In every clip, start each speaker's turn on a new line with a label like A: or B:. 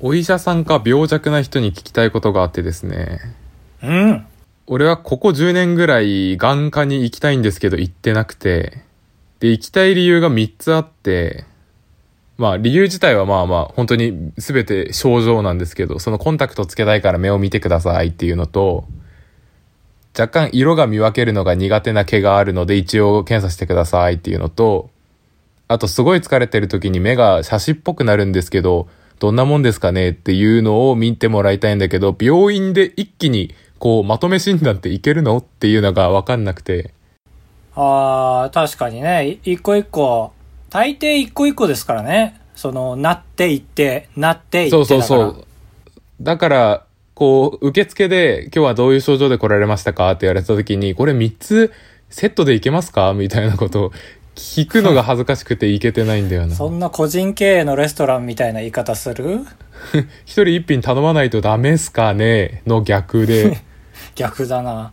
A: お医者さんか病弱な人に聞きたいことがあってですね。
B: うん。
A: 俺はここ10年ぐらい眼科に行きたいんですけど行ってなくて。で、行きたい理由が3つあって、まあ理由自体はまあまあ本当に全て症状なんですけど、そのコンタクトつけたいから目を見てくださいっていうのと、若干色が見分けるのが苦手な毛があるので一応検査してくださいっていうのと、あとすごい疲れてる時に目が写真っぽくなるんですけど、どんなもんですかねっていうのを見てもらいたいんだけど、病院で一気にこうまとめ診断っていけるのっていうのがわかんなくて。
B: あー、確かにね、い一個一個、大抵一個一個ですからね。その、なっていって、なっていって
A: そ
B: だ
A: う
B: か
A: そ
B: ら。
A: うそう。だから、こう、受付で今日はどういう症状で来られましたかって言われた時に、これ3つセットでいけますかみたいなことを聞くのが恥ずかしくていけてないんだよな。
B: そんな個人経営のレストランみたいな言い方する
A: 一人一品頼まないとダメっすかねの逆で。
B: 逆だな。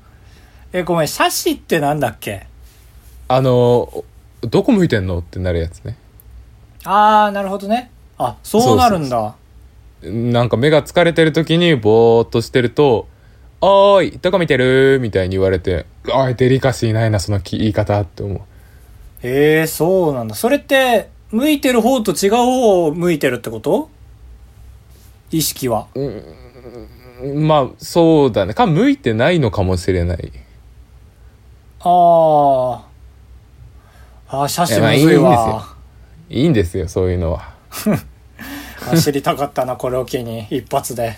B: え、ごめん、写真ってなんだっけ
A: あの、どこ向いてんのってなるやつね。
B: あー、なるほどね。あ、そうなるんだ。
A: なんか目が疲れてる時にぼーっとしてると、おーい、どこ見てるみたいに言われて、おい、デリカシーないな、その言い方って思う。
B: へえ、そうなんだ。それって、向いてる方と違う方を向いてるってこと意識は。
A: まあ、そうだね。か、向いてないのかもしれない。
B: あー。あー、写真
A: いやまあ
B: むず
A: い
B: い
A: いんで
B: わ。
A: いいんですよ、そういうのは。
B: あ知りたかったな、これを機に。一発で。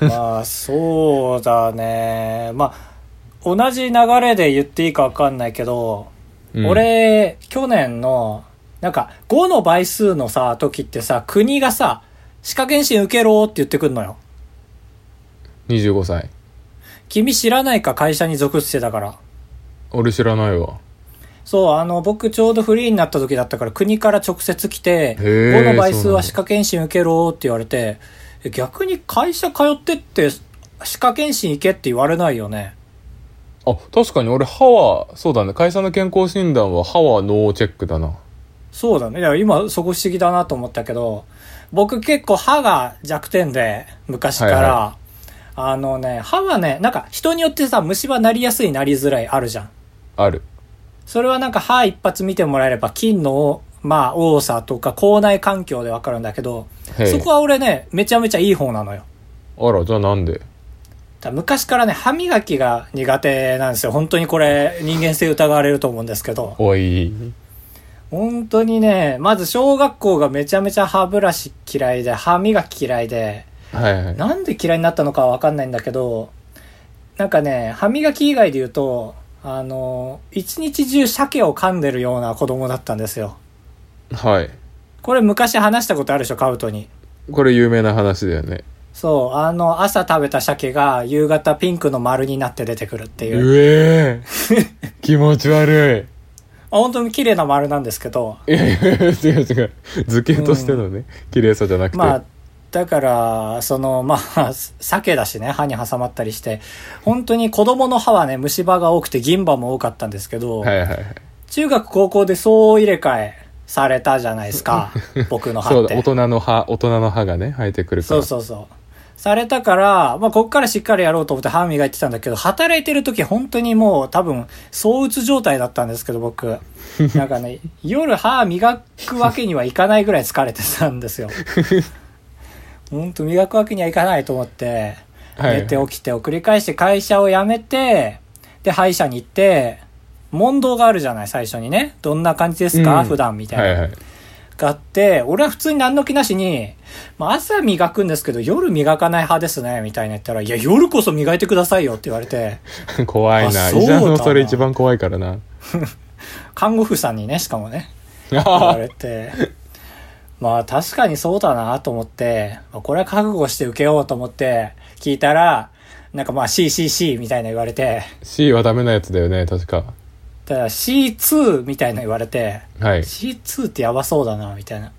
B: まあ、そうだね。まあ、同じ流れで言っていいかわかんないけど、
A: うん、
B: 俺、去年の、なんか、5の倍数のさ、時ってさ、国がさ、歯科検診受けろって言ってくんのよ。
A: 25歳。
B: 君知らないか会社に属してたから。
A: 俺知らないわ。
B: そう、あの、僕ちょうどフリーになった時だったから、国から直接来て、
A: ー
B: 5の倍数
A: そうなん
B: は
A: だ
B: 歯科検診受けろって言われて、え逆に会社通ってって、歯科検診行けって言われないよね。
A: あ、確かに俺歯は、そうだね。会社の健康診断は歯はノーチェックだな。
B: そうだね。いや、今、そこ不思議だなと思ったけど、僕結構歯が弱点で、昔から、
A: はい
B: あのね、歯はね、なんか人によってさ、虫歯なりやすいなりづらいあるじゃん。
A: ある。
B: それはなんか歯一発見てもらえれば菌の、まあ、多さとか口内環境でわかるんだけど、
A: へい
B: そこは俺ね、めちゃめちゃいい方なのよ。
A: あら、じゃあなんで
B: だから昔からね、歯磨きが苦手なんですよ。本当にこれ、人間性疑われると思うんですけど。
A: おい。
B: 本当にね、まず小学校がめちゃめちゃ歯ブラシ嫌いで、歯磨き嫌いで、
A: はいはい。
B: なんで嫌いになったのかはわかんないんだけど、なんかね、歯磨き以外で言うと、あの、一日中鮭を噛んでるような子供だったんですよ。
A: はい。
B: これ昔話したことあるでしょ、カウトに。
A: これ有名な話だよね。
B: そう、あの、朝食べた鮭が夕方ピンクの丸になって出てくるっていう。
A: うえー気持ち悪
B: あ本当に綺麗な丸なんですけど、
A: い。いやいや、違う違う。図形としてのね、綺麗さじゃなくて。
B: まあ、だから、その、まあ、鮭だしね、歯に挟まったりして、本当に子供の歯はね、虫歯が多くて銀歯も多かったんですけど、
A: はいはいはい。
B: 中学高校でそう入れ替えされたじゃないですか、僕 の
A: そ
B: 歯
A: うだ、
B: って。
A: 大人の歯、大人の歯がね、生えてくるか
B: そ
A: ら。
B: うそうそう。されたから、まあ、こっからしっかりやろうと思って歯磨いてたんだけど、働いてる時本当にもう多分、躁鬱状態だったんですけ ど、僕。なんかね、夜歯磨くわけにはいかないぐらい疲れてた んですよ。本当磨くわけにはいかないと思って、
A: はい
B: 寝て起きてを繰り返して会社を辞めて、で、歯医者に行って、問答があるじゃない、最初にね。どんな感じですか、
A: うん
B: 普段みたいな。
A: はいはい。
B: があって、俺は普通に何の気なしに、まあ、朝磨くんですけど、夜磨かない派ですね、みたいな言ったら、いや、夜こそ磨いてくださいよって言われて、
A: 怖い な。
B: あ
A: 医
B: そうだな
A: 者のそれ一番怖いからな。
B: 看護婦さんにね、しかもね、言わ
A: あ
B: れて、まあ確かにそうだなと思って、まあこれは覚悟して受けようと思って、聞いたら、なんかまあ CCC みたいな言われて、
A: C はダメなやつだよね、確か。
B: ただ C2 みたいな言われて、
A: はい。
B: C2 ってやばそうだな、みたいな。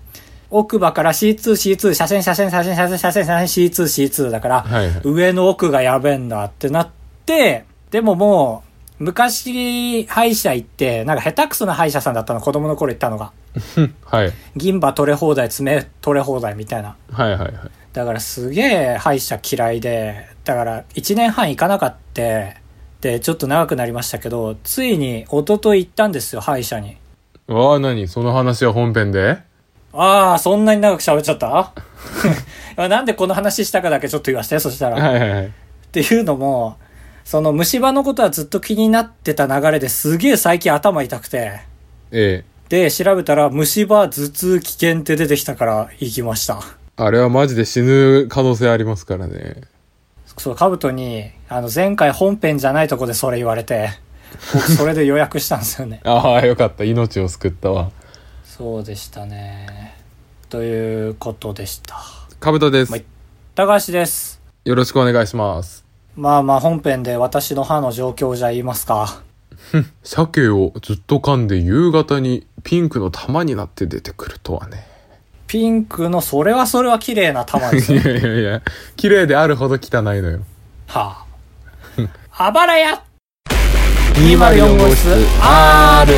B: 奥歯から C2、C2、車線、車線、車線、車線、車線、車線、C2、C2 だから、
A: はいはい
B: 上の奥がやべえんだってなって、でももう、昔、歯医者行って、なんか下手くそな歯医者さんだったの、子供の頃行ったのが。
A: はい。
B: 銀歯取れ放題、爪取れ放題みたいな。
A: はいはいはい。
B: だからすげえ歯医者嫌いで、だから1年半行かなかった。で、ちょっと長くなりましたけど、ついに一昨日行ったんですよ、歯医者に。
A: わあ、何その話は本編で
B: ああ、そんなに長く喋っちゃった なんでこの話したかだけちょっと言わせて、そしたら。
A: はいはいはい。
B: っていうのも、その虫歯のことはずっと気になってた流れですげえ最近頭痛くて。
A: ええ。
B: で、調べたら虫歯頭痛危険って出てきたから行きました。
A: あれはマジで死ぬ可能性ありますからね。。
B: そう、カブトに、あの、前回本編じゃないとこでそれ言われて、僕それで予約したんですよね
A: ああ、よかった。命を救ったわ。
B: そうでしたね。ということでした。
A: かぶとです。
B: はい高橋です。
A: よろしくお願いします。
B: まあまあ本編で私の歯の状況じゃ言いますか。
A: 鮭をずっと噛んで夕方にピンクの玉になって出てくるとはね。
B: ピンクのそれはそれは綺麗な玉です
A: い
B: よ。
A: やいやいや、綺麗であるほど汚いのよ。
B: はあ。あばらや
A: 204号室
B: R!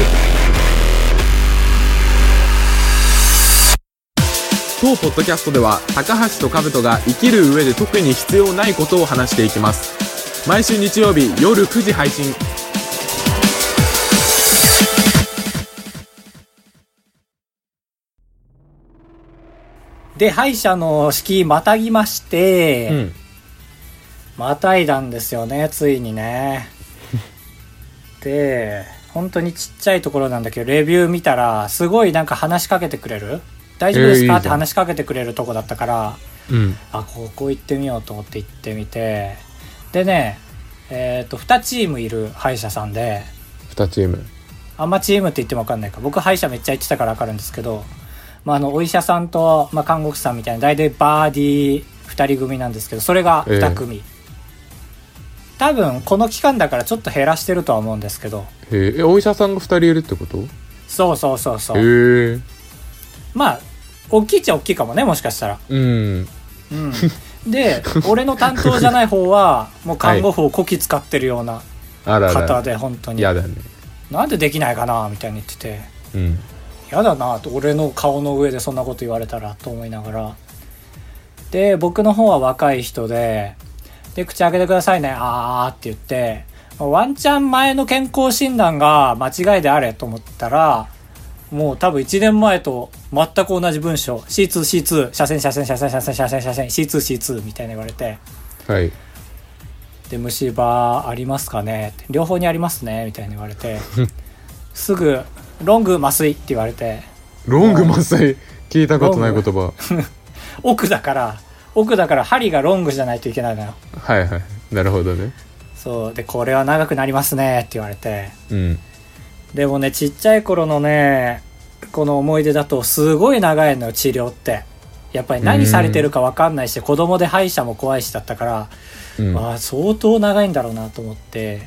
A: 当ポッドキャストでは高橋と兜が生きる上で特に必要ないことを話していきます毎週日曜日夜9時配信
B: で、歯医者の敷居またぎまして、
A: うん
B: またいだんですよねついにねで本当にちっちゃいところなんだけどレビュー見たらすごいなんか話しかけてくれる大丈夫で
A: えー
B: す
A: いいじゃ
B: か、
A: ん
B: って話しかけてくれるとこだったから
A: うん
B: あここ行ってみようと思って行ってみてでねえっと2チームいる歯医者さんで
A: 2チーム
B: あんまチームって言っても分かんないか僕歯医者めっちゃ行ってたから分かるんですけど、まあ、あのお医者さんと、まあ、看護師さんみたいな大体バーディー2人組なんですけどそれが2組、多分この期間だからちょっと減らしてるとは思うんですけど
A: へええお医者さんが2人いるってこと
B: そうそうそうそう
A: へえ
B: まあ大きいっちゃ大きいかもねもしかしたら
A: うん
B: うんで俺の担当じゃない方はもう看護婦をこき使ってるような
A: あら
B: 方
A: ら
B: で本当に
A: 嫌だね
B: なんでできないかなみたいに言ってて
A: うん
B: やだなと俺の顔の上でそんなこと言われたらと思いながらで僕の方は若い人でで口開けてくださいねあーって言ってワンチャン前の健康診断が間違いであれと思ったらもう多分1年前と全く同じ文章 C2C2 車線車線車線車線車線車線 C2C2 みたいな言われて
A: はい
B: で虫歯ありますかねって両方にありますねみたいに言われてすぐロング麻酔って言われて
A: ロング麻酔聞いたことない言葉
B: 奥だから奥だから針がロングじゃないといけないのよ
A: はいはいなるほどね
B: そうでこれは長くなりますねって言われて
A: うん
B: でもねちっちゃい頃のねこの思い出だとすごい長いのよ治療ってやっぱり何されてるか分かんないし子供で歯医者も怖いしだったから、
A: うん
B: まあ相当長いんだろうなと思って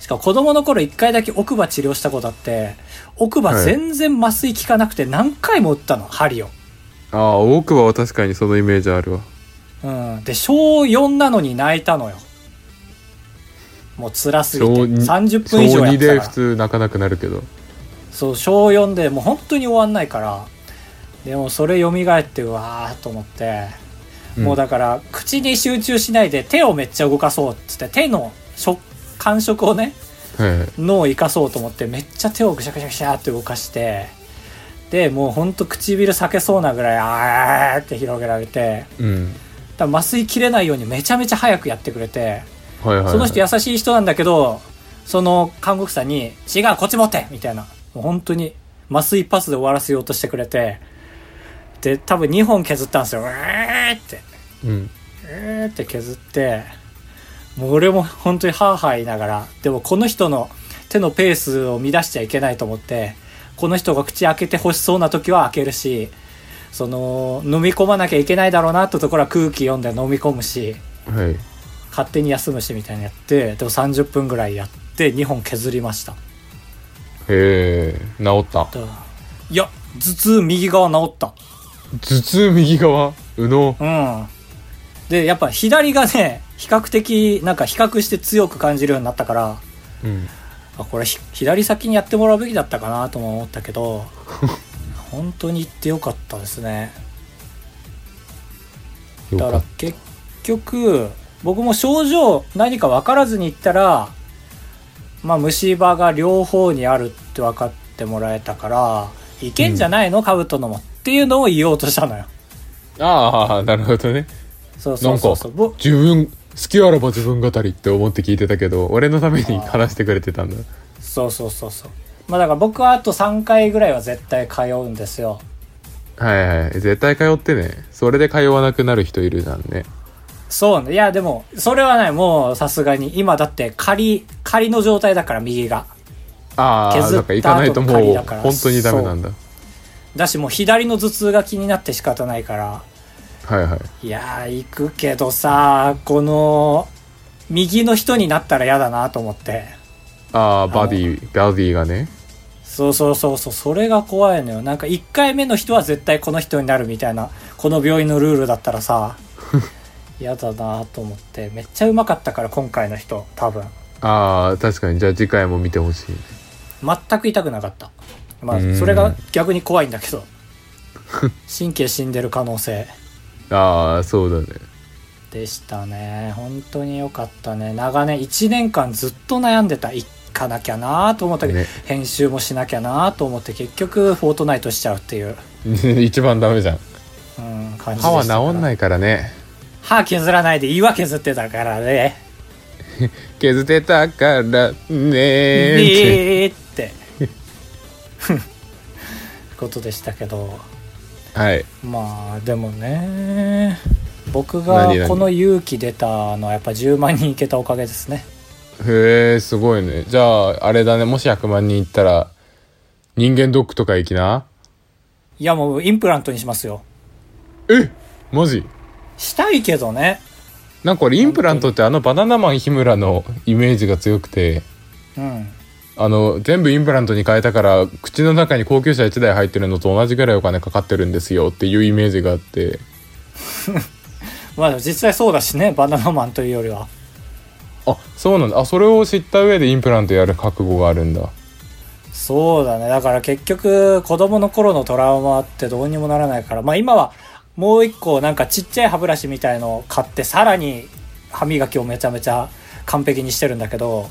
B: しかも子供の頃一回だけ奥歯治療したことあって奥歯
A: はい
B: 全然麻酔効かなくて何回も打ったの針を
A: ああ奥歯は確かにそのイメージあるわ
B: うん、で小4なのに泣いたのよもう辛すぎて
A: 小二
B: 30
A: 小
B: 分以上やっ
A: 2
B: てた
A: で
B: か
A: 普
B: ら
A: 通泣かなくなるけど
B: そう小4でもう本当に終わんないからでもそれ蘇ってうわーと思って、
A: うん
B: もうだから口に集中しないで手をめっちゃ動かそうっつって手の食感触をね
A: はいはい
B: 脳を生かそうと思ってめっちゃ手をぐしゃぐしゃぐしゃって動かしてでもうほんと唇裂けそうなぐらいあーって広げられて
A: うん
B: だから麻酔切れないようにめちゃめちゃ早くやってくれて
A: はいはいはい
B: その人優しい人なんだけど、その看護婦さんに、違う、こっち持ってみたいな。もう本当に、麻酔パスで終わらせようとしてくれて、で、多分2本削ったんですよ。うーって、
A: うん
B: うーって削って、もう俺も本当にハーハー言いながら、でもこの人の手のペースを乱しちゃいけないと思って、この人が口開けて欲しそうな時は開けるし、その、飲み込まなきゃいけないだろうなってところは空気読んで飲み込むし、
A: はい
B: 勝手に休むしみたいなのやってでも30分ぐらいやって2本削りました
A: へえ治った
B: だいや頭痛右側治った
A: 頭痛右側右脳
B: うんでやっぱ左がね比較的なんか比較して強く感じるようになったから
A: うん
B: あこれひ左先にやってもらうべきだったかなとも思ったけど本当に行ってよかったですね
A: よ
B: だか
A: からっ
B: 結局僕も症状何か分からずに行ったらまあ虫歯が両方にあるって分かってもらえたからいけんじゃないの、カブトのもっていうのを言おうとしたのよ
A: た。ああ、なるほどね。
B: そうそうそうそうぼ
A: 自分、好きあらば自分語りって思って聞いてたけど、俺のために話してくれてたんだ。
B: そうそうそうそうまあだから僕はあと3回ぐらいは絶対通うんですよ
A: はいはい。絶対通ってね。それで通わなくなる人いるじゃんね。
B: そうねいやでもそれはねもうさすがに今だって仮仮の状態だから右が
A: ああ、
B: 削
A: なん
B: った
A: か行かないともう
B: 後借りだから
A: 本当にダメなんだ。
B: だしもう左の頭痛が気になって仕方ないから
A: はいはい。
B: いやー行くけどさこの右の人になったら嫌だなと思って
A: ああ、バディ、バディがね。
B: そうそうそうそうそれが怖いのよなんか1回目の人は絶対この人になるみたいなこの病院のルールだったらさ嫌だなと思ってめっちゃうまかったから今回の人多分
A: ああ、確かに。じゃあ次回も見てほしい。
B: 全く痛くなかったま
A: うー
B: あ
A: ん
B: それが逆に怖いんだけど神経死んでる可能性
A: ああ、そうだね。
B: でしたね本当に良かったね長年1年間ずっと悩んでた行かなきゃなと思ったけど、
A: ね
B: 編集もしなきゃなと思って結局フォートナイトしちゃうっていう、
A: 一番ダメじゃん。
B: うん、感じで
A: 歯は治んないいからね。
B: 歯削らないで岩削ってたからね
A: 削ってたからね
B: ビ
A: ーって。
B: ーって ことでしたけど
A: はい。
B: まあでもね僕が
A: 何々
B: この勇気出たのはやっぱ10万人いけたおかげですね
A: へえ、すごいね。じゃあ、あれだね。もし100万人いったら、人間ドックとか行きな。
B: いやもうインプラントにしますよ
A: えマジ
B: したいけどね
A: なんか俺、インプラントってあのバナナマン日村のイメージが強くて、
B: うん
A: あの、全部インプラントに変えたから、口の中に高級車1台入ってるのと同じぐらいお金かかってるんですよっていうイメージがあって、
B: まあ実際そうだしねバナナマンというよりは
A: あ、そうなんだ。あ、それを知った上でインプラントやる覚悟があるんだ。
B: そうだねだから結局子供の頃のトラウマってどうにもならないからまあ今はもう一個なんかちっちゃい歯ブラシみたいのを買ってさらに歯磨きをめちゃめちゃ完璧にしてるんだけど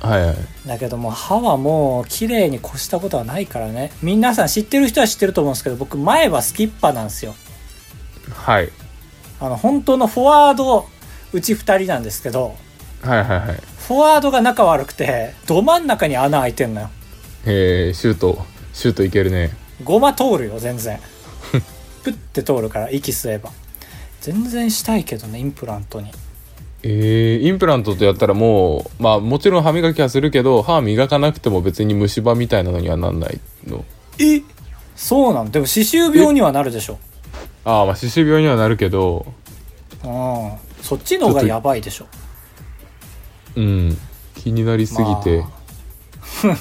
A: はいはい。
B: だけども歯はもう綺麗に越したことはないからね皆さん知ってる人は知ってると思うんですけど僕前はスキッパなんですよ
A: はい。
B: あの本当のフォワードうち2人なんですけど
A: はいはいはい。
B: フォワードが仲悪くてど真ん中に穴開いてんのよ
A: えー、シュート、シュートいけるね。
B: ごま通るよ全然プッて通るから息吸えば全然したいけどねインプラントに
A: えー、インプラントとやったらもう、まあもちろん歯磨きはするけど、歯磨かなくても別に虫歯みたいなのにはなんないの。
B: えそうなのでも歯周病にはなるでしょ
A: ああ、まあ歯周病にはなるけど、
B: うんそっちの方がやばいでしょ
A: うん、気になりすぎて。
B: ま
A: ま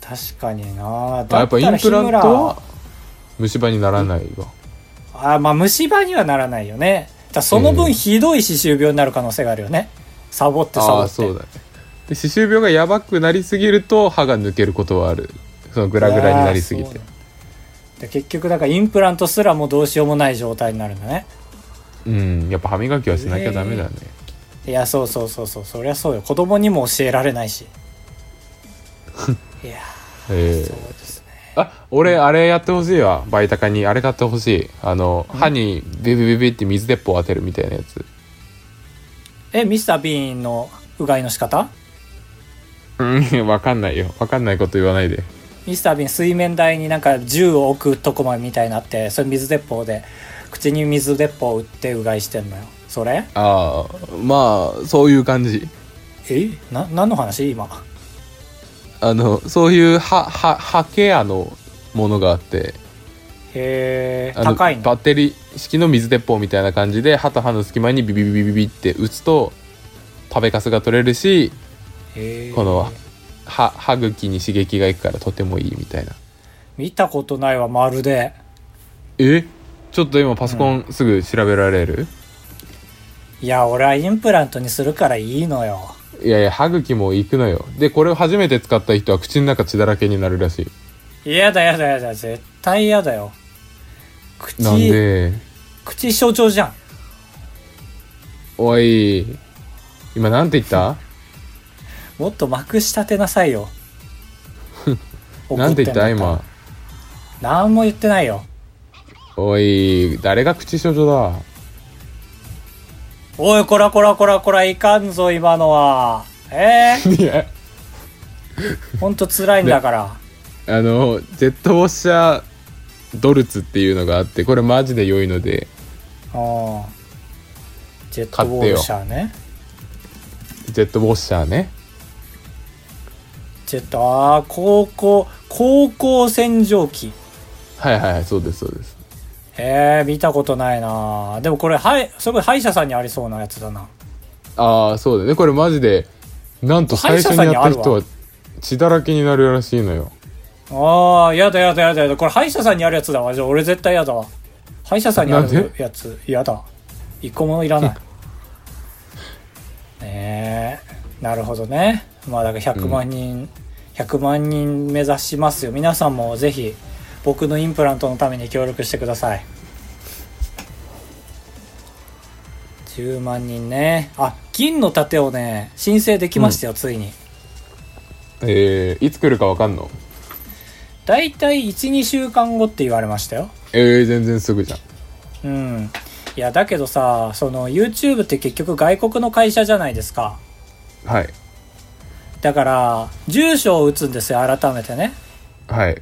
B: 確かにな
A: あ、やっぱインプラント
B: は
A: は虫歯にならないわ。
B: あまあ虫歯にはならないよねだからその
A: う
B: 分
A: ん
B: ひどい歯周病になる可能性があるよねサボってサ
A: あ
B: ボ
A: あ、
B: って
A: そうだね。で、歯周病がやばくなりすぎると歯が抜けることはある。そのグラグラになりすぎ
B: いやー
A: て
B: そう。なんだ結局だからインプラントすらもうどうしようもない状態になるんだね
A: うん、やっぱ歯磨きはしなきゃダメだね。
B: いやそうそうそうそうそりゃそうよ子供にも教えられな いしいや
A: えー
B: ーそうですね
A: あ、俺、あれやってほしいわ。バイタカに。あれ買ってほしい。あの、歯にビビビビって水鉄砲当てるみたいなやつ。
B: えミスター・ビーンのうがいの仕方
A: うん、 わかんないよ。わかんないこと言わないで。
B: ミスター・ビーン水面台になんか銃を置くとこまでみたいになってそれ水鉄砲で口に水鉄砲を打ってうがいしてんのよそれ
A: ああ、まあ、そういう感じ。
B: えな何の話今
A: あの、そういう歯、歯、歯ケアのものがあって。
B: へえ
A: あの
B: 高いの
A: バッテリー式の水鉄砲みたいな感じで、歯と歯の隙間にビビビビビビって打つと、食べかすが取れるし、
B: へー
A: この、歯、歯茎に刺激がいくからとてもいいみたいな。
B: 見たことないわまるで
A: えちょっと今パソコンすぐ調べられる、
B: いや俺はインプラントにするからいいのよ
A: いやいや歯茎も行くのよでこれを初めて使った人は口の中血だらけになるらしい
B: いやだやだやだ絶対嫌だよ。
A: なん
B: 口、
A: で、
B: 口象徴じゃん。
A: おい、今なんて言った
B: もっとまくし立てなさいよ。
A: なんて言った
B: 怒んだら
A: 今。。
B: 何も言ってないよ。
A: おい、誰が口症状だ
B: おい、こらこらこらこら、いかんぞ、今のは。え
A: いや、
B: ー、ほんと辛いんだ から。
A: あの、ジェットウォッシャードルツっていうのがあって、これマジで良いので、
B: うん。ジェットウォーシャーね。
A: ジェットウォッシャーね。
B: ジェット、あー、高校、高校洗浄機。
A: はいはいはい、そうですそうです。
B: へえ、見たことないなでもこれ、はい、すごい歯医者さんにありそうなやつだな。
A: ああ、そうだね。これマジで、なんと最初にやった人
B: 歯医者さんにあ
A: は血だらけになるらしいのよ。
B: ああ、やだやだやだやだ。これ歯医者さんにあるやつだわ。じゃあ俺絶対やだわ。歯医者さんにあ
A: なん
B: る
A: で
B: やつ、やだ。一個もいらない。ねえ。なるほどね。まあだから100万人、100万人目指しますよ。皆さんもぜひ、僕のインプラントのために協力してください。10万人ね。あ、銀の盾をね、申請できましたよ、ついに。
A: えー、いつ来るかわかんの
B: だいたい1、2週間後って言われましたよ。
A: えー、全然すぐじゃん。
B: うん。いや、だけどさ、その YouTube って結局外国の会社じゃないですか。
A: はい。
B: だから、住所を打つんですよ、改めてね。
A: はい。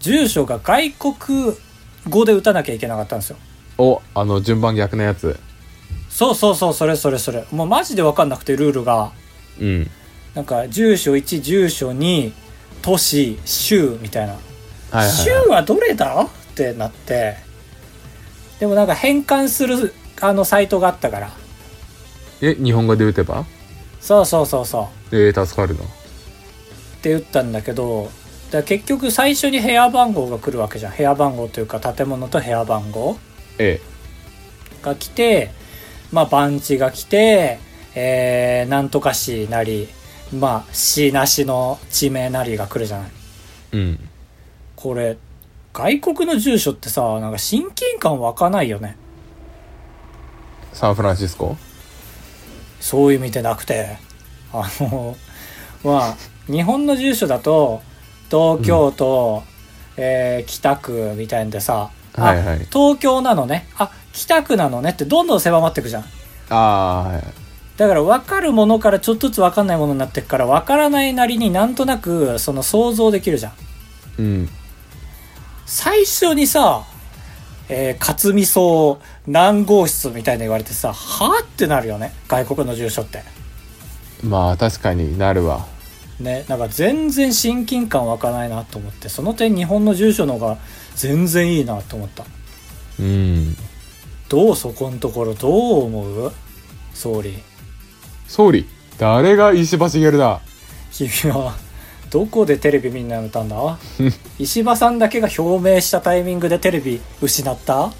B: 住所が外国語で打たなきゃいけなかったんですよ。
A: お、あの、順番逆のやつ。
B: そうそうそう、それそれそれ。もうマジでわかんなくて、ルールが。
A: うん。
B: なんか、住所1、住所2、都市、州みたいな。
A: はいはい、
B: 州
A: はい。
B: はどれだってなって。でもなんか変換する、あの、サイトがあったから。
A: え、日本語で打てば
B: そうそうそうそう。
A: えー、助かるな。
B: って打ったんだけどだから結局最初に部屋番号が来るわけじゃん部屋番号というか建物と部屋番号
A: え
B: が来てまあ番地が来てえー、なんとか市なりまあ市なしの地名なりが来るじゃない
A: え。うん。
B: これ外国の住所ってさなんか親近感湧かないよね
A: サンフランシスコ
B: そういう意味でなくてあのまあ日本の住所だと東京都、えー北区みたいんでさ、あ
A: はいはい
B: 東京なのねあ北区なのねってどんどん狭まっていくじゃん
A: ああー、はい。
B: だから分かるものからちょっとずつ分かんないものになっていくから分からないなりになんとなくその想像できるじゃん
A: うん。
B: 最初にさ、えー、勝見荘何号室みたいな言われてさはあってなるよね外国の住所って
A: まあ、確かになるわ。
B: ねなんか全然親近感湧かないなと思ってその点日本の住所の方が全然いいなと思った
A: うん。
B: どうそこんところどう思う総理
A: 総理、誰が石破茂だ
B: 君はどこでテレビみんなやめたんだ石破さんだけが表明したタイミングでテレビ失った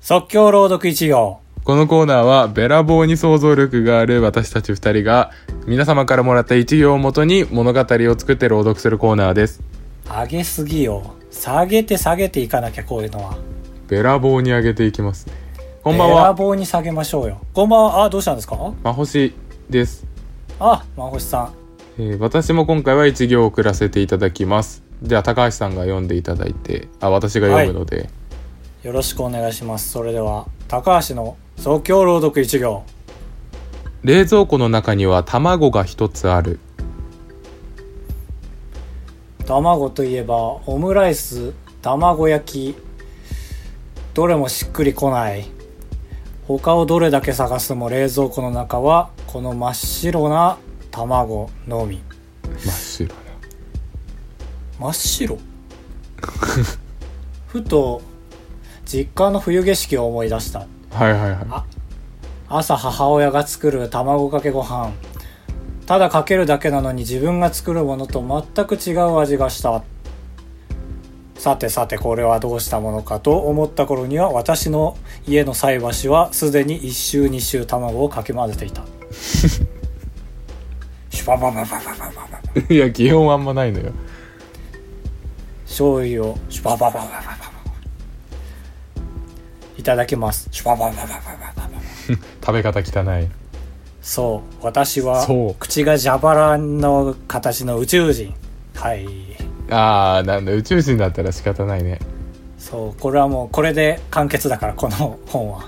B: 即興朗読一行
A: このコーナーはべらぼうに想像力がある私たち二人が皆様からもらった一行をもとに物語を作って朗読するコーナーです。
B: 上げすぎよ下げて下げていかなきゃこういうのは
A: べらぼうに上げていきますね。こ
B: こ
A: んばん
B: べら
A: は、
B: ぼうに下げましょうよこんばんはあどうしたんですか
A: まほしです、
B: あまほしさん
A: えー私も今回は一行を送らせていただきます。じゃあ高橋さんが読んでいただいて、あ、私が読むので、
B: よろしくお願いしますそれでは高橋の即興朗読一行
A: 冷蔵庫の中には卵が一つある。
B: 卵といえばオムライス卵焼きどれもしっくりこない他をどれだけ探すも冷蔵庫の中はこの真っ白な卵のみ
A: 真っ白な。
B: 真 っ白ふと実家の冬景色を思い出した
A: はいはいはい。
B: あ朝母親が作る卵かけご飯ただかけるだけなのに自分が作るものと全く違う味がしたさてさてこれはどうしたものかと思った頃には私の家の菜箸はすでに1周2周卵をかき混ぜていたシュバンバンバンバンバンバンバンバン
A: い や、擬音あんまないのよ。
B: 醤油をシュバババババババいただきますシュバババババババ
A: 食べ方汚い。
B: そう私は
A: そう
B: 口が蛇腹の形の宇宙人はい
A: あー、なんだ、宇宙人だったら仕方ないね。
B: そうこれはもうこれで完結だからこの本は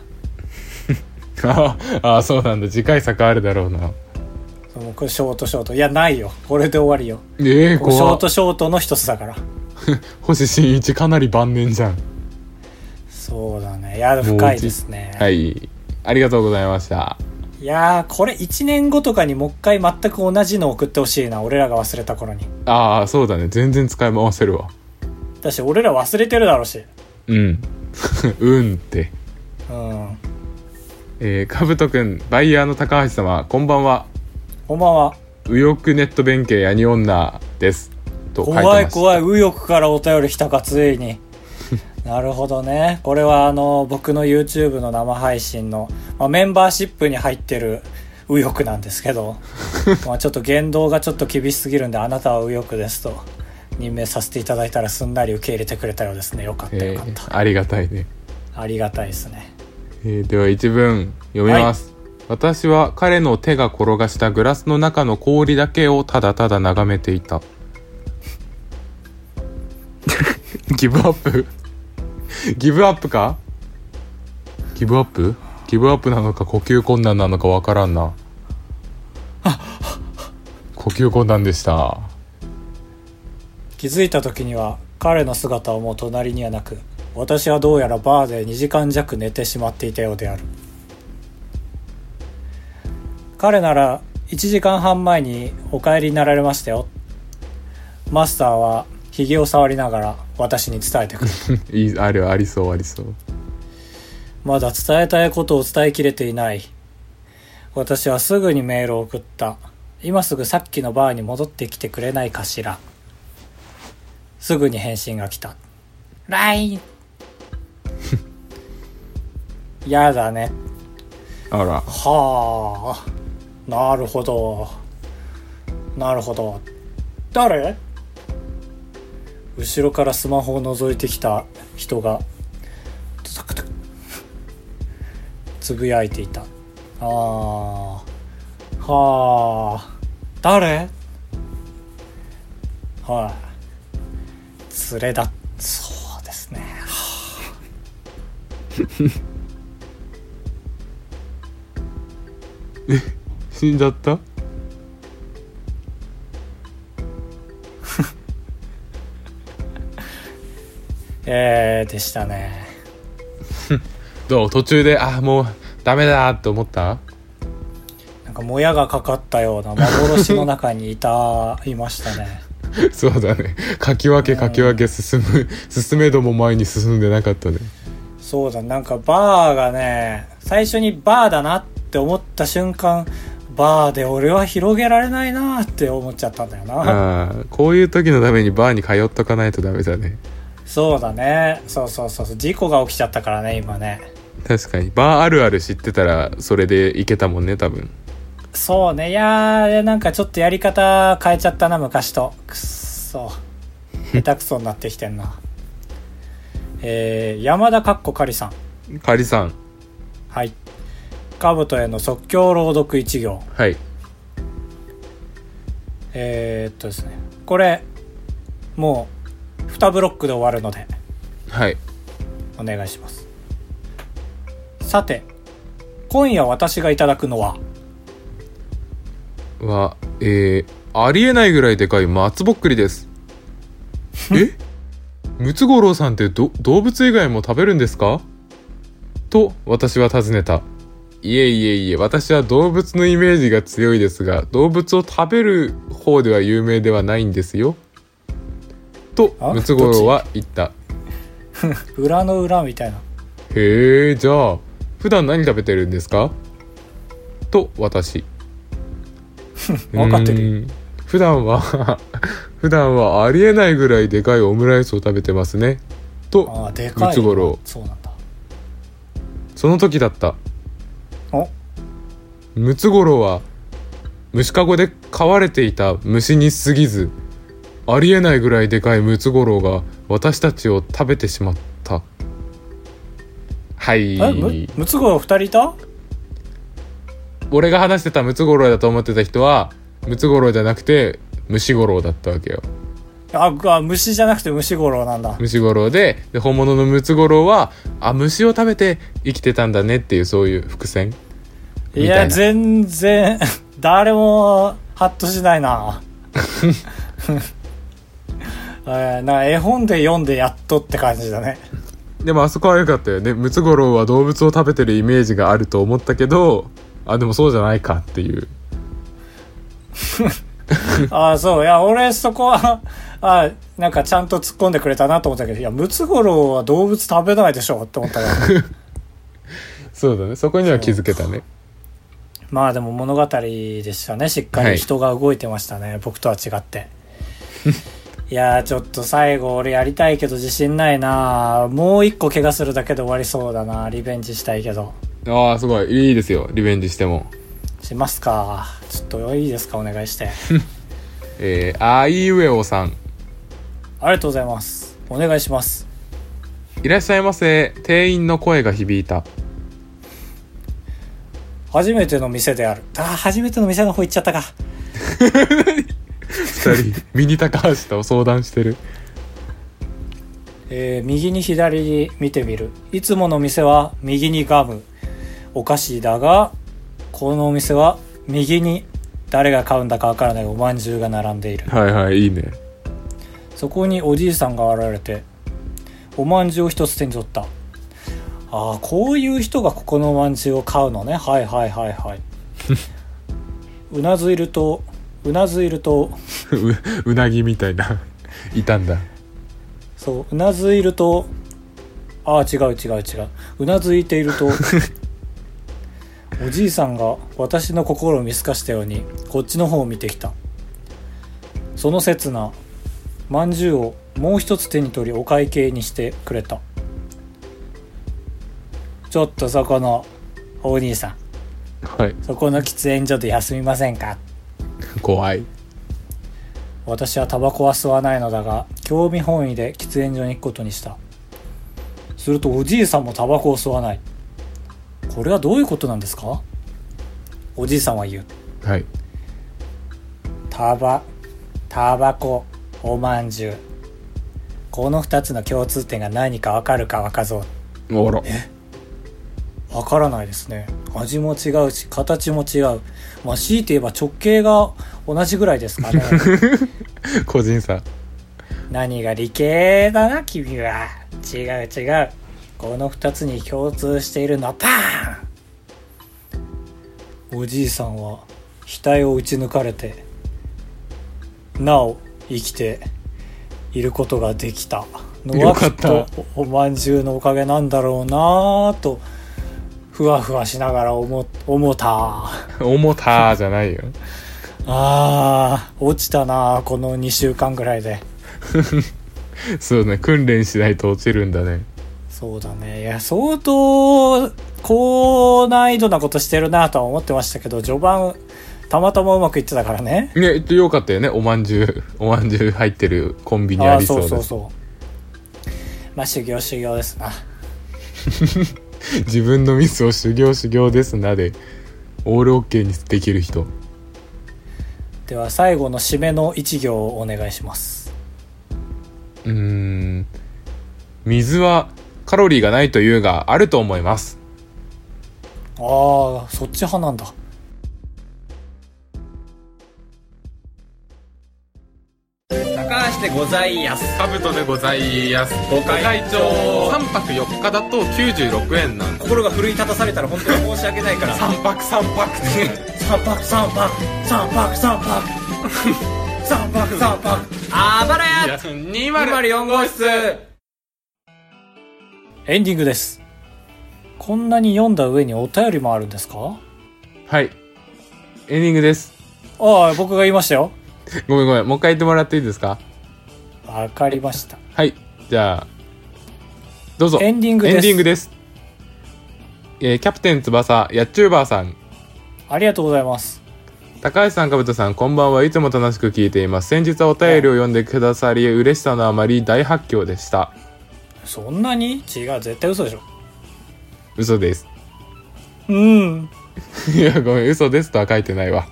A: あーあー、そうなんだ。次回作あるだろうな。
B: そうもうこれショートショートいやないよこれで終わりよ
A: ええー、
B: これショー
A: 怖っ
B: トショートの一つだから
A: 星新一かなり晩年じゃん。
B: そうだねいや深いですね
A: はい。ありがとうございました。
B: いやーこれ1年後とかにもう一回全く同じの送ってほしいな俺らが忘れた頃に
A: ああ、そうだね。全然使い回せるわ。
B: だし俺ら忘れてるだろうし
A: うん。 うんって。
B: うん
A: えー、かぶとくん、バイヤーの高橋様、こんばんは。
B: こんばんは
A: 右翼ネット弁慶ヤニ女です。と書いてま
B: 怖い
A: した。
B: 怖い右翼からお便り来たかつ いになるほどねこれはあの僕の YouTube の生配信の、まあ、メンバーシップに入ってる右翼なんです けどまあちょっと言動がちょっと厳しすぎるんであなたは右翼ですと任命させていただいたらすんなり受け入れてくれたようですねよかったよ
A: え
B: かっ
A: ー
B: た、
A: ありがたいね。
B: ありがたいですね
A: えーでは一文読みます、私は彼の手が転がしたグラスの中の氷だけをただただ眺めてい たギブアップギブアップかギブアップギブアップなのか呼吸困難なのかわからんな呼吸困難でした
B: 気づいた時には彼の姿はもう隣にはなく私はどうやらバーで2時間弱寝てしまっていたようである彼なら1時間半前にお帰りになられましたよマスターはひげを触りながら私に伝えてくる
A: いいあるありそうありそう
B: まだ伝えたいことを伝えきれていない私はすぐにメールを送った今すぐさっきのバーに戻ってきてくれないかしらすぐに返信が来た LINE やだね
A: あら
B: はあなるほどなるほど誰後ろからスマホを覗いてきた人がトタクトクつぶやいていたあーはあ誰はい連れだそうですね
A: 死んじゃった
B: えー、でしたね
A: どう途中であもうダメだと思った
B: なんかもやがかかったような幻の中にいたいましたね
A: そうだね。かき分けかき分け進む、 進めども前に進んでなかったね。
B: そうだなんかバーがね最初にバーだなって思った瞬間バーで俺は広げられないなって思っちゃったんだよな
A: ああ、こういう時のためにバーに通っとかないとダメだね。
B: そうだねそうそうそうそう事故が起きちゃったからね今ね
A: 確かに。バーあるある知ってたら、それでいけたもんね、多分。
B: そうねいやーなんかちょっとやり方変えちゃったな昔とくっそ下手くそになってきてんなえー、山田かっこかりさん
A: カリさん。
B: はい。カブトへの即興朗読一行。
A: はい。
B: えー、っとですね。これ、もう、2ブロックで終わるので、
A: はい。
B: お願いします。さて、今夜私がいただくのは、
A: は、えー、ありえないぐらいでかい松ぼっくりです。えムツゴロウさんってど動物以外も食べるんですかと私は尋ねた。いえいえいえ、私は動物のイメージが強いですが、動物を食べる方では有名ではないんですよ。と
B: あ、
A: ムツゴロウは言った。
B: 裏の裏みたいな。
A: へえ、じゃあ、普段何食べてるんですかと、私。
B: わかってるよ
A: うーん。普段は、 普段はありえないぐらいでかいオムライスを食べてますね。
B: あ
A: と、
B: あ、でかい。
A: ムツゴロ
B: そうなんだ。
A: ウ。その時だった。
B: お
A: ムツゴロウは、虫かごで飼われていた虫に過ぎずありえないぐらいでかいムツゴロウが私たちを食べてしまったはい
B: えむムツゴロウ2人いた
A: 俺が話してたムツゴロウだと思ってた人はムツゴロウじゃなくて虫ゴロウだったわけよ
B: ああ虫じゃなくて虫ゴロウなんだ
A: 虫ゴロウでで本物のムツゴロウはあ虫を食べて生きてたんだねっていうそういう伏線
B: い
A: みたい
B: や
A: な
B: 全然 誰もハッとしないな えーなんか絵本で読んでやっとって感じ だね
A: でもあそこは良かったよねムツゴロウは動物を食べてるイメージがあると思ったけどあでもそうじゃないかっていう
B: ああそういや俺そこはあーなんかちゃんと突っ込んでくれたなと思ったけどいやムツゴロウは動物食べないでしょって思ったから
A: そうだねそこには気づけたね
B: まあでも物語でしたねしっか
A: は
B: り
A: い
B: 人が動いてましたね、僕とは違って いやーちょっと最後俺やりたいけど自信ないなもう一個怪我するだけで終わりそうだなリベンジしたいけど
A: ああすごいいいですよリベンジしても
B: しますかちょっといいですかお願いして
A: えー、あいうえおさん
B: ありがとうございますお願いします
A: いらっしゃいませ店員の声が響いた
B: 初めての店であるあー初めての店の方行っちゃったか
A: 二 人ミニ高橋と相談してる
B: えー右に左に見てみるいつもの店は右にガムお菓子だがこのお店は右に誰が買うんだかわからないおまんじゅうが並んでいる
A: はいはいいいね
B: そこにおじいさんが現れておまんじゅうを一つ手に取ったああこういう人がここのおまんじゅうを買うのねはいはいはいはいうなずいるとうなずいると
A: ううなぎみたいないたんだ
B: そううなずいるとああ違う違う違ううなずいているとおじいさんが私の心を見透かしたようにこっちの方を見てきたその刹那まんじゅうをもう一つ手に取りお会計にしてくれたちょっとそこのお兄さん
A: はい
B: そこの喫煙所で休みませんか
A: 怖い
B: 私はタバコは吸わないのだが興味本位で喫煙所に行くことにしたするとおじいさんもタバコを吸わないこれはどういうことなんですかおじいさんは言う
A: はい
B: タバタバコおまんじゅうこの2つの共通点が何かわかるか若造
A: おら
B: わからないですね味も違うし形も違うまあ強いて言えば直径が同じぐらいですかね
A: 個人差
B: 何が理系だな君は違う違うこの2つに共通しているのはパーンおじいさんは額を打ち抜かれてなお生きていることができたの
A: よ
B: は
A: か
B: き
A: っ
B: っ
A: た
B: とおおまんじゅうのおかげなんだろうなぁとふわふわしながら思思ったあ
A: 重たーじゃないよ
B: あー落ちたなあこの2週間ぐらいで。
A: そうね訓練しないと落ちるんだね
B: そうだね。いや、相当、高難易度なことしてるなとは思ってましたけど、序盤、たまたまうまくいってたからね。
A: ねえよかったよねおまんじゅうおまんじゅう入ってるコンビニ
B: あ
A: あ
B: あ、
A: りそ
B: そう
A: で
B: う
A: す
B: そうそう。まあ、修行修行ですな。
A: 自分のミスを修行修行ですなでオールオッケーにできる人
B: では、最後の締めの一行をお願いします。
A: うーん水はカロリーがないというがあると思います
B: ああ、そっち派なんだ。
C: 高橋でございやす
A: カブトでございますご
C: 会長
A: 3泊4日だと96円なんだ
C: 心が奮い立たされたら本当に申し訳ないから三泊三泊
B: 三泊三泊、三泊三泊、三泊三泊。
C: あばらや
A: 204号室
B: エンディングです。こんなに読んだ上にお便りもあるんですか
A: はいエンディングです
B: ああ、僕が言いましたよ。
A: ごめんごめんもう一回言ってもらっていいですか
B: わかりました。
A: はいじゃあどうぞ
B: エンディングです
A: エンディングです、えーキャプテン翼ヤッチューバーさん
B: ありがとうございます。
A: 高橋さん、かぶとさん、こんばんはいつも楽しく聞いています。先日はお便りを読んでくださり、嬉しさのあまり大発狂でした。
B: そんなに違う絶対嘘でしょ
A: 嘘です。
B: うん
A: いや、ごめん、嘘ですとは書いてないわ。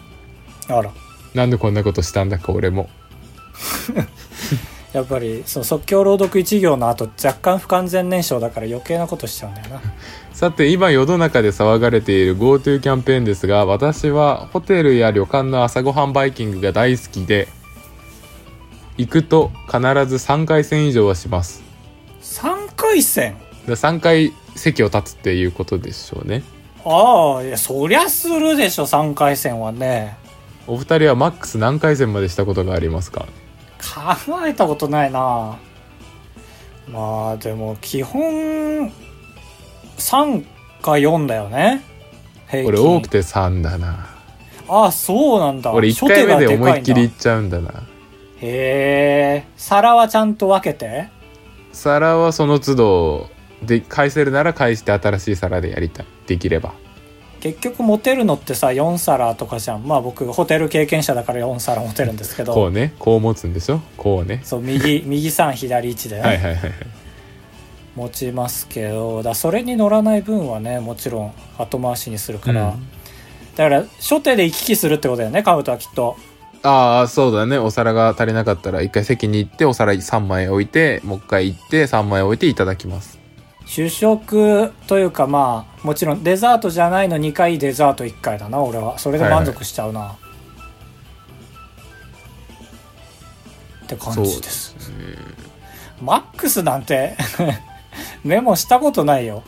B: あら
A: なんでこんなことしたんだか、俺も。
B: やっぱりその即興朗読一行の後若干不完全燃焼だから余計なことしちゃうんだよな
A: さて、今世の中で騒がれている GoTo キャンペーンですが、私はホテルや旅館の朝ごはんバイキングが大好きで、行くと必ず3回戦以上はします。
B: 3回戦
A: だ3回席を立つっていうことでしょうね。
B: ああいやそりゃするでしょ3回戦はね
A: お二人はマックス何回戦までしたことがありますか
B: 考えたことないなまあでも基本3か4だよね平
A: 俺多くて3だな。
B: ああそうなんだ
A: 俺1回目で思いっきり
B: 初手がで
A: 行っちゃうんだな。
B: かいんだへえ皿はちゃんと分けて
A: 皿はその都度、で、返せるなら返して新しい皿でやりたい。できれば。
B: 結局持てるのってさ4皿とかじゃんまあ僕ホテル経験者だから4皿持てるんですけ
A: こ
B: ど
A: うね。こう持つんでしょこうね。
B: そう右右3左1でね、
A: はいはいはいはい。
B: 持ちますけどだそれに乗らない分はねもちろん後回しにするから、
A: うん
B: だから初手で行き来するってことだよねカブトはきっと
A: ああ、そうだね。お皿が足りなかったら、一回席に行って、お皿3枚置いて、もう一回行って、3枚置いていただきます。
B: 主食というかまあもちろんデザートじゃないの2回デザート1回だな俺はそれで満足しちゃうな、って感じですマックスなんて メモしたことないよ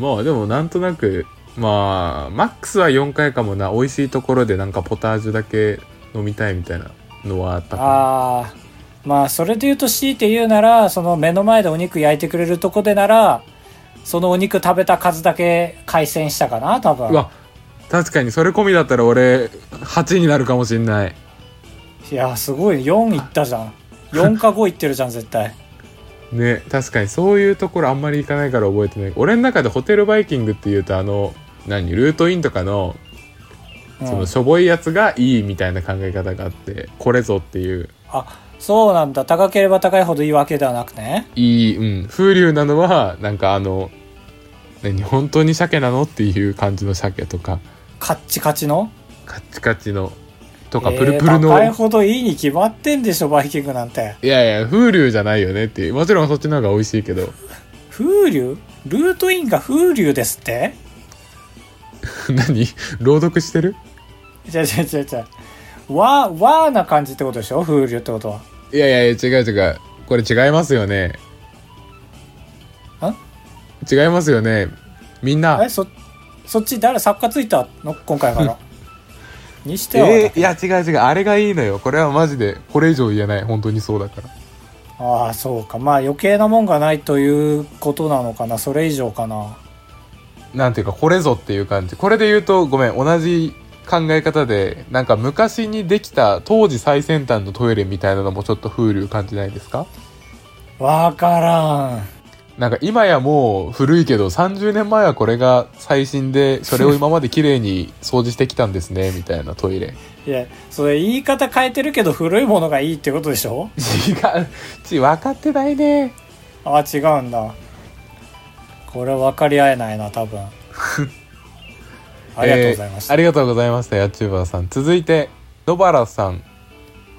A: まあでも、なんとなく、まあ、マックスは4回かもな、美味しいところでなんかポタージュだけ飲みたいみたいなのはあったか
B: ああまあそれで言うと強いて言うならその目の前でお肉焼いてくれるとこでならそのお肉食べた数だけ回戦したかな多
A: な。
B: 分
A: うわ、確かにそれ込みだったら俺、8になるかもしんない。
B: いやすごい4いったじゃん4か5いってるじゃん絶対
A: ね、確かにそういうところあんまり行かないから覚えてない。俺の中でホテルバイキングっていうと、あの、何、ルートインとかの、
B: うん
A: そのしょぼいやつがいいみたいな考え方があってこれぞっていう
B: あそうなんだ高ければ高いほどいいわけではなくね
A: いい、うん、風流なのはなんかあの何本当に鮭なのっていう感じの鮭とか
B: カッチカチの
A: カッチカチのと
B: と
A: かプルプルの、
B: 高いほどいいに決まってんでしょバイキングなんて
A: いやいや風流じゃないよねっていうもちろんそっちの方が美味しいけど
B: 風流ルートインが風流ですって
A: 何朗読してる
B: じゃじゃじゃじゃわーわーな感じってことでしょ風流ってことはい
A: やいやいや違う違うこれ違いますよね
B: ん
A: 違いますよねみんな
B: えそそっち誰作家ついたの今回からにしては、
A: えーいや違う違うあれがいいのよこれはマジでこれ以上言えない本当にそうだから
B: ああそうかまあ余計なもんがないということなのかなそれ以上かな
A: なんていうかこれぞっていう感じこれで言うとごめん同じ考え方でなんか昔にできた当時最先端のトイレみたいなのもちょっと風流感じないですか
B: わからん
A: なんか今やもう古いけど30年前はこれが最新でそれを今まで綺麗に掃除してきたんです ねみたいなトイレ
B: いやそれ言い方変えてるけど古いものがいいってことでしょ
A: 違うち分かってないね
B: ああ違うんだこれ分かり合えないな 多分ありがとうございま
A: え
B: し
A: ー
B: た、
A: ありがとうございました YouTuber さん続いて野原さん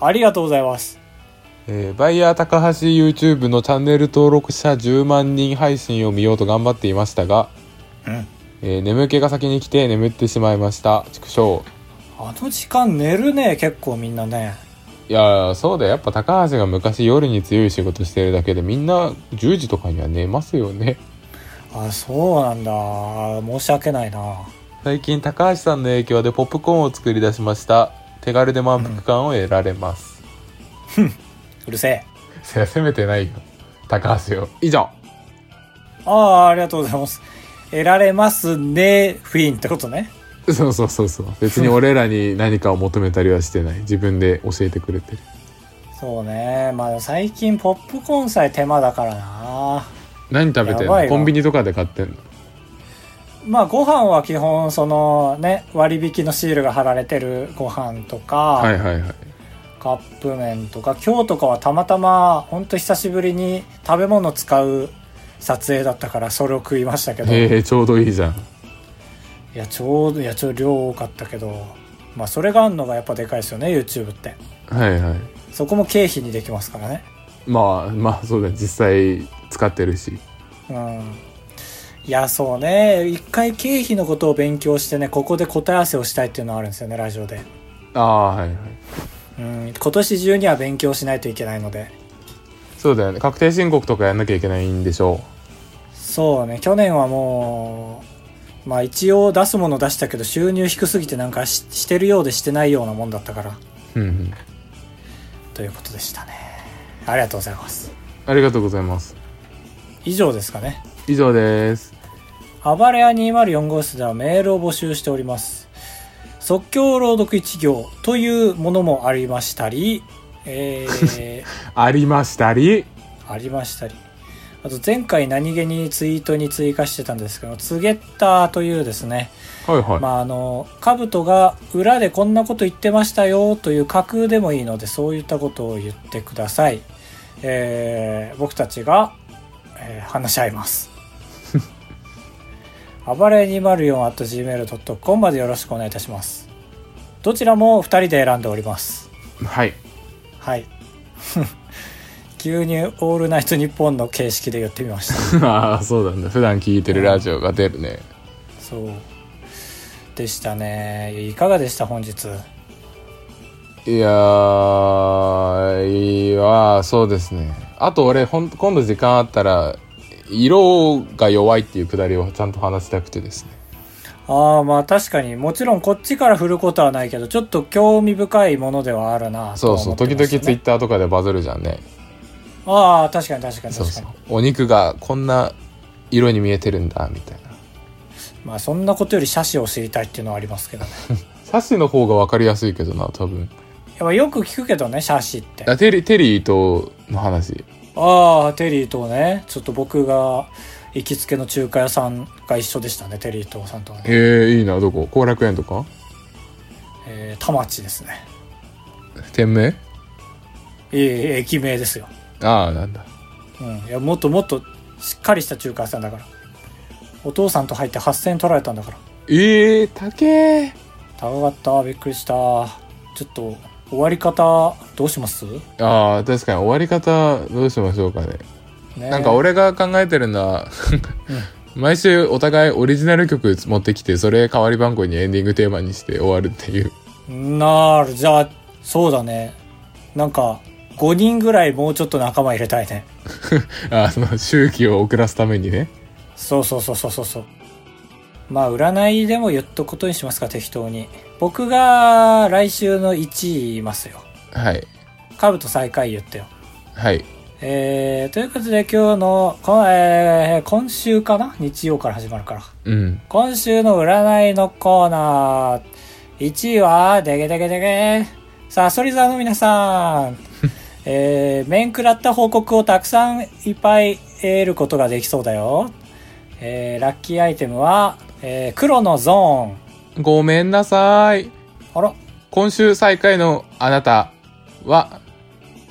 B: ありがとうございます
A: えーバイヤー高橋 YouTube のチャンネル登録者10万人配信を見ようと頑張っていましたが、
B: うん
A: えー眠気が先に来て眠ってしまいました畜生
B: あの時間寝るね結構みんなね
A: いやーそうだよやっぱ高橋が昔夜に強い仕事してるだけでみんな10時とかには寝ますよね
B: あそうなんだあ申し訳ないな
A: 最近高橋さんの影響でポップコーンを作り出しました手軽で満腹感を得られます、
B: うるせえ
A: せや責めてないよ高橋よ以上
B: ああ、ありがとうございます。得られますね、フィンってことね。
A: そうそうそうそう別に俺らに何かを求めたりはしてない自分で教えてくれてる
B: そうね。まあ最近ポップコーンさえ手間だからな。
A: 何食べてん
B: やばい
A: の
B: わ
A: コンビニとかで買ってんの
B: まあご飯は基本そのね割引のシールが貼られてるご飯とか、
A: はいはいはい。
B: カップ麺とか今日とかはたまたま本当久しぶりに食べ物使う撮影だったからそれを食いましたけど
A: ええちょうどいいじゃん。
B: いやちょうどいやちょ量多かったけどまあそれがあるのがやっぱでかいですよね YouTube って
A: はいはい。
B: そこも経費にできますからね
A: まあまあそうだ、実際使ってるし。
B: うんいやそうね一回経費のことを勉強してねここで答え合わせをしたいっていうのはあるんですよねラジオで
A: ああ、はいはい。
B: うん今年中には勉強しないといけないので
A: そうだよね。確定申告とかやんなきゃいけないんでしょ
B: そうね去年はもうまあ一応出すもの出したけど収入低すぎてなんかししてるようでしてないようなもんだったから
A: う。うんうん。
B: ということでしたねありがとうございます
A: ありがとうございます。
B: 以上ですかね
A: 以上です。
B: 暴れ屋204号室ではメールを募集しております即興朗読一行というものもありましたりえー、
A: ありましたり。
B: ありましたりあと前回何気にツイートに追加してたんですけどツゲッターというですね
A: はいはい。
B: まああの兜が裏でこんなこと言ってましたよという架空でもいいのでそういったことを言ってください、えー僕たちが、えー話し合います 暴れ 204.gmail.com までよろしくお願いいたしますどちらも2人で選んでおります
A: はい。
B: はい 急に「オールナイトニッポン」の形式で言ってみました
A: ああ、そうなんだ。普段聞いてるラジオが出るね。
B: そうでしたねいかがでした本日
A: いやー、いいわーそうですね。あと俺、ほん、今度時間あったら、色が弱いっていうくだりをちゃんと話したくてですね。
B: ああまあ確かにもちろんこっちから振ることはないけどちょっと興味深いものではあるなと
A: そ
B: は
A: うそ
B: 思
A: う、
B: ってま
A: 時
B: したね
A: 々ツイッターとかでバズるじゃんね。
B: ああ確かに確かに
A: そう
B: 確か
A: そ
B: に
A: う。お肉がこんな色に見えてるんだ、みたいな。
B: まあそんなことより写真を知りたいっていうのはありますけどね
A: サッシの方がわかりやすいけどな、多分。
B: やっぱよく聞くけどね写真って
A: あテリテリーとの話。
B: ああテリーとねちょっと僕が行きつけの中華屋さんが一緒でしたねテリーとさんとはね、
A: ええいいな、どこ後楽園とか
B: えー、田町ですね
A: 店名
B: いえいえ駅名ですよ
A: ああ、なんだ。
B: うん、いやもっともっとしっかりした中華屋さんだからお父さんと入って8000円取られたんだから
A: ええー、高え。
B: 高かったびっくりしたちょっと終わり方どうします、ね
A: ああ、確かに終わり方どうしましょうかね。
B: え、
A: なんか俺が考えてるのは、毎週お互いオリジナル曲持ってきて、それ代わり番号にエンディングテーマにして終わるっていう。
B: なるじゃあそうだねなんか5人ぐらいもうちょっと仲間入れたいね
A: あの、周期を遅らすためにね。
B: そうそうそうそうそうそうまあ占いでも言っとくことにしますか適当に僕が来週の1位言いますよ
A: はい。
B: カブと最下位言ってよ
A: はい。
B: えー、ということで今日の、こえー今週かな日曜から始まるから。
A: うん。
B: 今週の占いのコーナー。1位は、でげでげでげさあ、ソリザーの皆さん。えー、面食らった報告をたくさんいっぱい得ることができそうだよ。えー、ラッキーアイテムは、えー、黒のゾ
A: ごめんなさい。
B: ーン。あら、
A: 今週最下位のあなたは、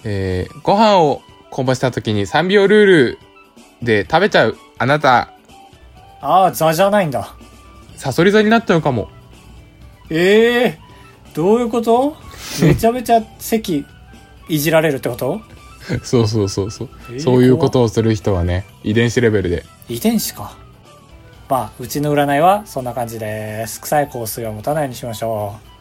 A: えー、ご飯をこぼした時に3秒ルールで食べちゃうあなた、
B: ああ、ザじゃないんだ。
A: サソリ座になっちゃうかも。
B: ええどういうことめちゃめちゃ席いじられるってこと
A: そうそうそうそう。
B: えー
A: そういうことをする人はね、遺伝子レベルで。
B: 遺伝子かまあうちの占いはそんな感じです臭い香水は持たないようにしましょう